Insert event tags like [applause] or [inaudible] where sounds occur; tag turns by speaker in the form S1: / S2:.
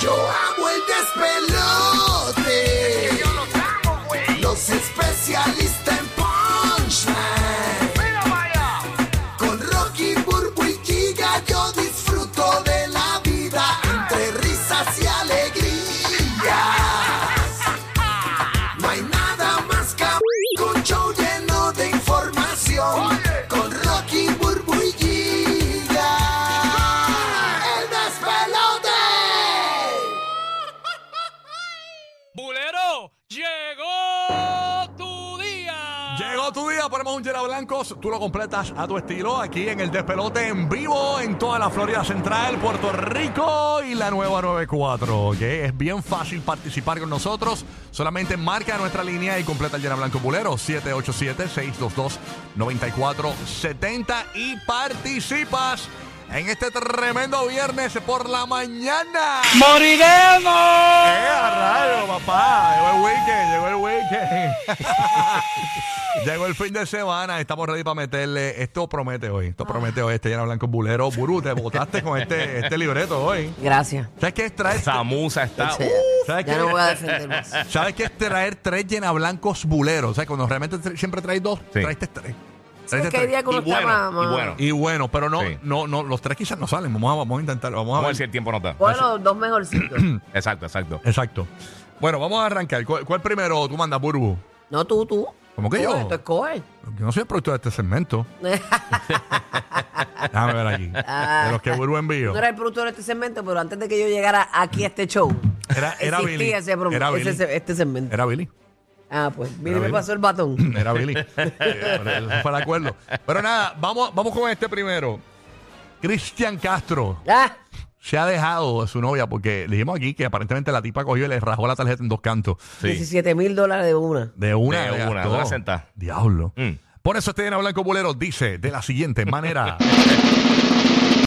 S1: Yo hago el despelote.
S2: Yo los amo, güey.
S1: Los especialistas en punchline.
S2: Mira, vaya.
S1: Con Rocky Burbu y Giga yo disfruto de la vida entre risas y alegrías. No hay nada más que un show lleno de información.
S2: Oye.
S1: Con Rocky Burbu y Giga. El despelote.
S3: ¡Bulero! ¡Llegó tu día!
S4: Llegó tu día, ponemos un Yera Blancos, tú lo completas a tu estilo aquí en el despelote en vivo en toda la Florida Central, Puerto Rico y la nueva 94. ¿ok? Es bien fácil participar con nosotros, solamente marca nuestra línea y completa el Yera Blanco Bulero 787-622-9470 y participas en este tremendo viernes por la mañana. ¡Eh,
S3: ¡Moriremos!
S4: a rayo, papá! Llegó el weekend, llegó el weekend. llegó el fin de semana, estamos ready para meterle. Esto promete hoy, esto promete hoy. Este llena blanco bulero. Buru, te botaste con este, este libreto hoy.
S5: Gracias.
S4: ¿Sabes qué es traer?
S6: Esa musa está.
S5: Sí,
S4: ¿Sabes
S5: ya
S4: qué?
S5: no voy a defender [laughs] más.
S4: ¿Sabes qué es traer tres llenablancos buleros? O sea, cuando realmente tra- siempre traes dos,
S6: Sí.
S4: traes tres. tres.
S5: Sí, es
S4: Traiste
S5: que hay
S4: tres.
S5: día que uno
S6: y
S5: está
S6: bueno,
S5: más- más-
S6: y bueno.
S4: Y bueno, pero no,
S6: Sí.
S4: no, no, los tres quizás no salen. Vamos a, vamos a intentarlo. Vamos a
S6: Vamos a
S4: ver.
S6: ver si el tiempo no está.
S5: Bueno, dos
S4: [clears throat]
S5: mejorcitos.
S6: Exacto, exacto.
S4: Exacto. Bueno, vamos a arrancar. ¿Cuál, cuál primero tú mandas, Burbu?
S5: no tú, tú.
S4: ¿Cómo que
S5: Tú,
S4: yo?
S5: Tú escoges. [laughs]
S4: Yo no soy el productor de este segmento. Déjame ver aquí. De los que vuelvo envío.
S5: No era el productor de este segmento, pero antes de que yo llegara aquí a este show,
S4: Era- era
S5: existía
S4: Billy.
S5: ese pro-
S4: Era
S5: ese-
S4: Billy.
S5: este segmento.
S4: Era Billy.
S5: ah, pues, mire, me
S4: Billy.
S5: pasó el
S4: [clears throat]
S5: batón.
S4: Era Billy. Eh, pero eso fue el acuerdo. Pero nada, vamos, vamos con este primero. Cristian Castro
S5: Ah,
S4: se ha dejado de su novia porque le dijimos aquí que aparentemente la tipa cogió y le rajó la tarjeta en dos cantos.
S6: Sí.
S5: 17 mil dólares de una.
S4: De una.
S6: De
S4: le
S6: una,
S4: gastó.
S6: de una sentada.
S4: Diablo.
S6: Mm. [laughs]
S4: Por eso este llena blanco bolero dice de la siguiente manera.